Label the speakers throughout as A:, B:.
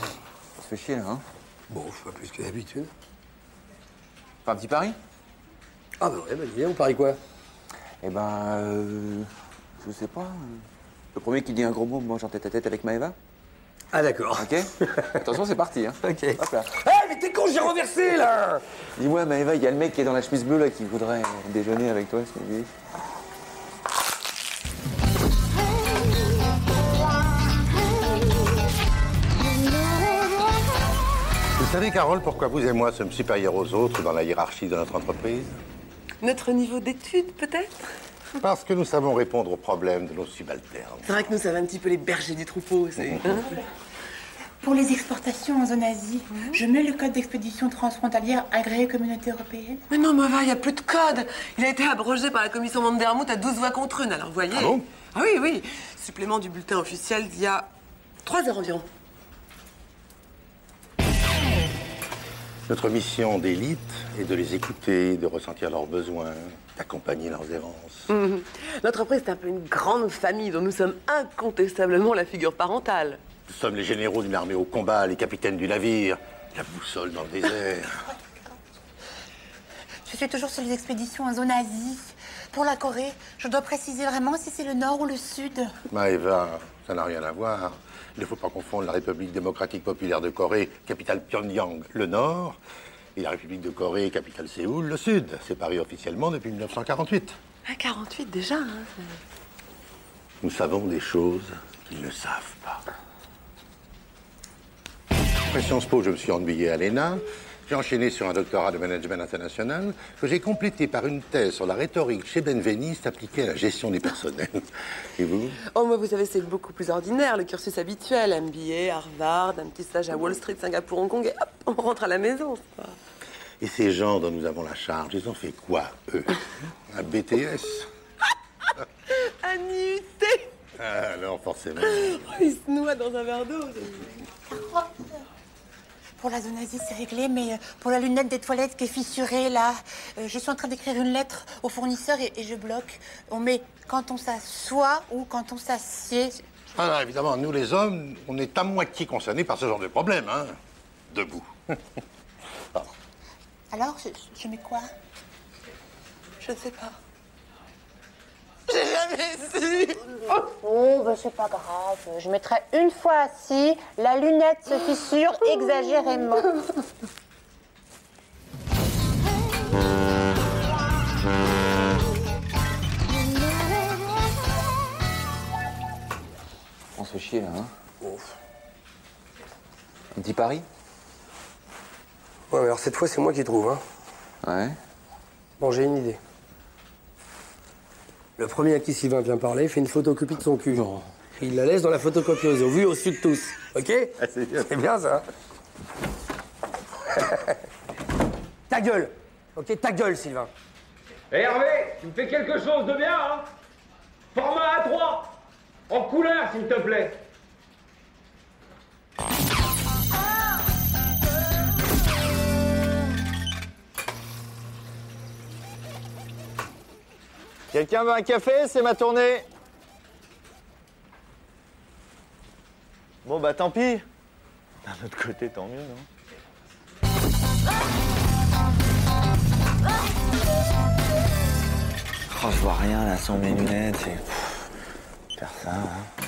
A: Ça fait chier, là, hein
B: Bon, je vois plus que d'habitude.
A: Pas un petit pari
B: Ah bah ouais, bah dis donc, on parie quoi
A: Eh ben, euh, je sais pas. euh, Le premier qui dit un gros mot mange en tête à tête avec Maeva
B: Ah d'accord.
A: Ok Attention, c'est parti, hein
B: Ok.
A: Hop là.
B: Hé, mais t'es con, j'ai renversé là
A: Dis-moi, Maeva, il y a le mec qui est dans la chemise bleue, là, qui voudrait euh, déjeuner avec toi ce midi.
C: Vous savez, Carole, pourquoi vous et moi sommes supérieurs aux autres dans la hiérarchie de notre entreprise
D: Notre niveau d'études, peut-être
C: Parce que nous savons répondre aux problèmes de nos subalternes.
D: C'est vrai que nous savons un petit peu les bergers du troupeau. c'est-
E: Pour les exportations en zone Asie, je mets le code d'expédition transfrontalière agréé communauté européenne.
D: Mais non, Mova, il n'y a plus de code. Il a été abrogé par la commission Vandermouth à 12 voix contre une, alors vous voyez.
C: Ah bon
D: Ah oui, oui. Supplément du bulletin officiel d'il y a 3 heures environ.
C: Notre mission d'élite est de les écouter, de ressentir leurs besoins, d'accompagner leurs errances.
D: L'entreprise est un peu une grande famille dont nous sommes incontestablement la figure parentale.
C: Nous sommes les généraux d'une armée au combat, les capitaines du navire, la boussole dans le désert.
E: Je suis toujours sur les expéditions en zone Asie. Pour la Corée, je dois préciser vraiment si c'est le nord ou le sud.
C: Maëva, ça n'a rien à voir. Il ne faut pas confondre la République démocratique populaire de Corée, capitale Pyongyang, le nord, et la République de Corée, capitale Séoul, le sud, séparées officiellement depuis 1948.
D: Ah, 48 déjà, hein.
C: Nous savons des choses qu'ils ne savent pas. Après Sciences Po, je me suis ennuyé à l'ENA. J'ai enchaîné sur un doctorat de management international que j'ai complété par une thèse sur la rhétorique chez Benveniste appliquée à la gestion du personnel. Et vous
D: Oh, moi, vous savez, c'est beaucoup plus ordinaire, le cursus habituel. MBA, Harvard, un petit stage à Wall Street, Singapour, Hong Kong, et hop, on rentre à la maison. c'est pas-
C: Et ces gens dont nous avons la charge, ils ont fait quoi, eux Un BTS
D: Annuité
C: Ah, Alors, forcément.
D: Il se noie dans un verre d'eau.
E: Pour la zone Asie, c'est réglé, mais euh, pour la lunette des toilettes qui est fissurée, là, euh, je suis en train d'écrire une lettre au fournisseur et, et je bloque. On met quand on s'assoit ou quand on s'assied.
C: Alors, Ah, évidemment, nous les hommes, on est à moitié concernés par ce genre de problème, hein Debout.
E: Alors, je, je mets quoi
D: Je ne sais pas. J'ai jamais su.
E: Oh, bah c'est pas grave. Je mettrai une fois assis, la lunette se fissure exagérément.
A: On se fait chier, là, hein Un petit pari
B: Ouais, mais alors cette fois, c'est moi qui trouve. Hein.
A: Ouais.
B: Bon, j'ai une idée. Le premier à qui Sylvain vient parler fait une photocopie de son cul. Il la laisse dans la photocopieuse, au vu et au su de tous. Ok
C: Ah, c'est bien.
B: C'est bien ça. ta gueule Ok, ta gueule, Sylvain.
F: Hé Eh, Hervé, tu me fais quelque chose de bien, hein Format A3 En couleur, s'il te plaît
G: Quelqu'un veut un café C'est ma tournée. Bon bah tant pis. D'un autre côté, tant mieux, non
A: Oh, je vois rien, là, sans mes lunettes et... pff, Faire ça, hein.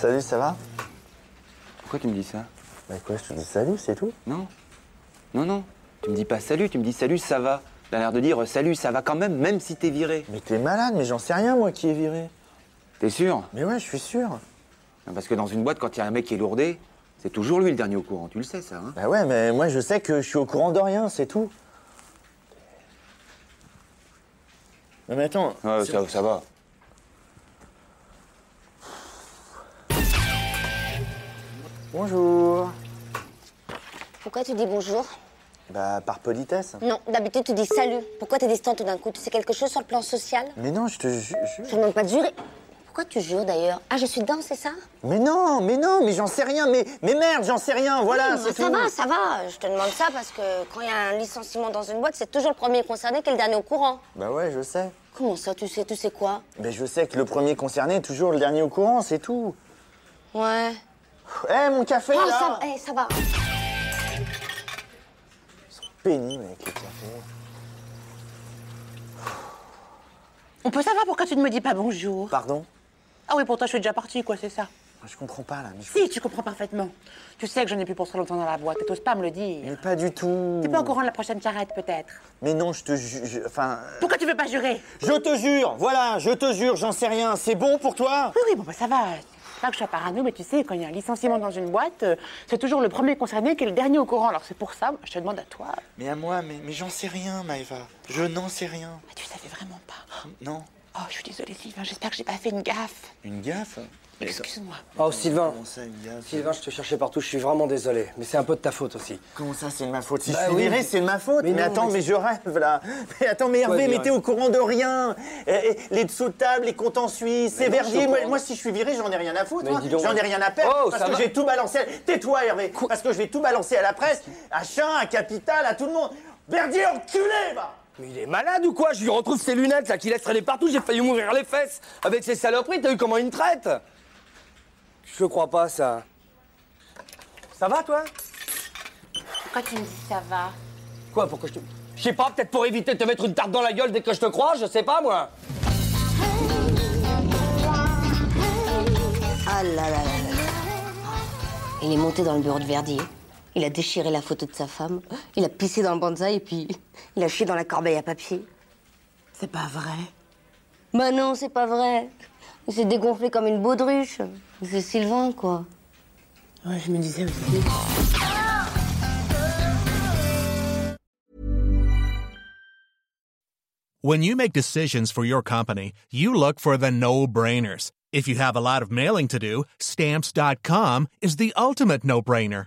G: Salut, ça va
A: Pourquoi tu me dis ça
G: Bah quoi, je te dis salut, c'est tout.
A: Non Non, non. Tu me dis pas salut, tu me dis salut, ça va. T'as l'air de dire euh, salut, ça va quand même, même si t'es viré.
G: Mais t'es malade, mais j'en sais rien moi qui est viré.
A: T'es sûr
G: Mais ouais, je suis sûr.
A: Non, Parce que dans une boîte, quand il y a un mec qui est lourdé, c'est toujours lui le dernier au courant. Tu le sais, ça, hein
G: Bah ouais, mais moi je sais que je suis au courant de rien, c'est tout. Non mais attends.
A: Ouais, ça, ça va.
G: Bonjour.
H: Pourquoi tu dis bonjour
G: Bah, par politesse.
H: Non, d'habitude tu dis salut. Pourquoi t'es distant tout d'un coup Tu sais quelque chose sur le plan social
G: Mais non, je te ju- jure.
H: Je ne demande pas de jurer. Pourquoi tu jures d'ailleurs Ah, je suis dedans, c'est ça
G: Mais non, mais non, mais j'en sais rien, mais, mais merde, j'en sais rien, voilà,
H: Oui,
G: c'est
H: Ça
G: tout.
H: va, ça va. Je te demande ça parce que quand il y a un licenciement dans une boîte, c'est toujours le premier concerné qui est le dernier au courant.
G: Bah ouais, je sais.
H: Comment ça, tu sais, tu sais quoi
G: Mais je sais que le premier concerné est toujours le dernier au courant, c'est tout.
H: Ouais.
G: Eh, mon café,
H: Oh,
G: là
H: ça, va, eh, ça va.
G: Pénible avec les cafés.
E: On peut savoir pourquoi tu ne me dis pas bonjour
G: Pardon
E: Ah oui, pour toi, je suis déjà partie, quoi, c'est ça
G: Je comprends pas, là, mais je...
E: Si, tu comprends parfaitement. Tu sais que je n'ai plus pour très longtemps dans la boîte, et t'oses pas me le dire.
G: Mais pas du tout.
E: Tu peux au courant de la prochaine charrette, peut-être
G: Mais non, je te jure, enfin...
E: Pourquoi tu veux pas jurer
G: Je te jure, voilà, je te jure, j'en sais rien, c'est bon pour toi
E: Oui, oui, bon, bah ça va. C'est Pas que je sois parano, mais tu sais, quand il y a un licenciement dans une boîte, euh, c'est toujours le premier concerné qui est le dernier au courant. Alors c'est pour ça, je te demande à toi.
G: Mais à moi, mais, mais j'en sais rien, Maëva. Je n'en sais rien.
E: Ah, tu savais vraiment pas
G: Non,
E: Oh, je suis désolée, Sylvain, j'espère que j'ai pas fait une gaffe.
G: une gaffe
E: Excuse-moi.
B: Oh, Sylvain.
G: Comment ça, une gaffe
B: Sylvain, je te cherchais partout, je suis vraiment désolé. Mais c'est un peu de ta faute aussi.
G: Comment ça, c'est de ma faute Si
B: Bah
G: je suis
B: oui.
G: viré, c'est de ma faute. Mais,
B: Mais non,
G: attends, mais...
B: mais-
G: je rêve là. Mais attends, mais Hervé,
B: Ouais,
G: mais
B: mais
G: t'es
B: ouais.
G: au courant de rien. Eh, eh, les dessous de table, les comptes en Suisse, c'est
B: non, je suis
G: Verdier.
B: au
G: Moi,
B: courant.
G: moi, si je suis viré, j'en ai rien à foutre.
B: Mais
G: moi.
B: dis donc.
G: J'en ai rien à perdre.
B: Oh,
G: parce
B: ça
G: que
B: va.
G: j'ai tout balancé. à- Tais-toi, Hervé. Parce que je vais tout balancer à la presse, à Chin, à Capital, à tout le monde. Verdier, enculé, va
B: Mais il est malade ou quoi Je lui retrouve ses lunettes là qui laisse traîner partout, j'ai failli m'ouvrir les fesses avec ces saloperies, t'as vu comment il me traite Je crois pas ça. Ça va toi
E: Pourquoi tu me dis ça va
B: Quoi Pourquoi je te. Je sais pas, peut-être pour éviter de te mettre une tarte dans la gueule dès que je te crois, je sais pas moi
H: Ah là là là là là. Il est monté dans le bureau de Verdier. Il a déchiré la photo de sa femme. Il a pissé dans le bonsaï et puis il a chié dans la corbeille à papier.
E: C'est pas vrai.
H: Bah non, c'est pas vrai. Il s'est dégonflé comme une baudruche. C'est Sylvain, quoi.
E: Ouais, je me disais aussi.
I: When you make decisions for your company, you look for the no brainers. If you have a lot of mailing to do, stamps.com is the ultimate no brainer.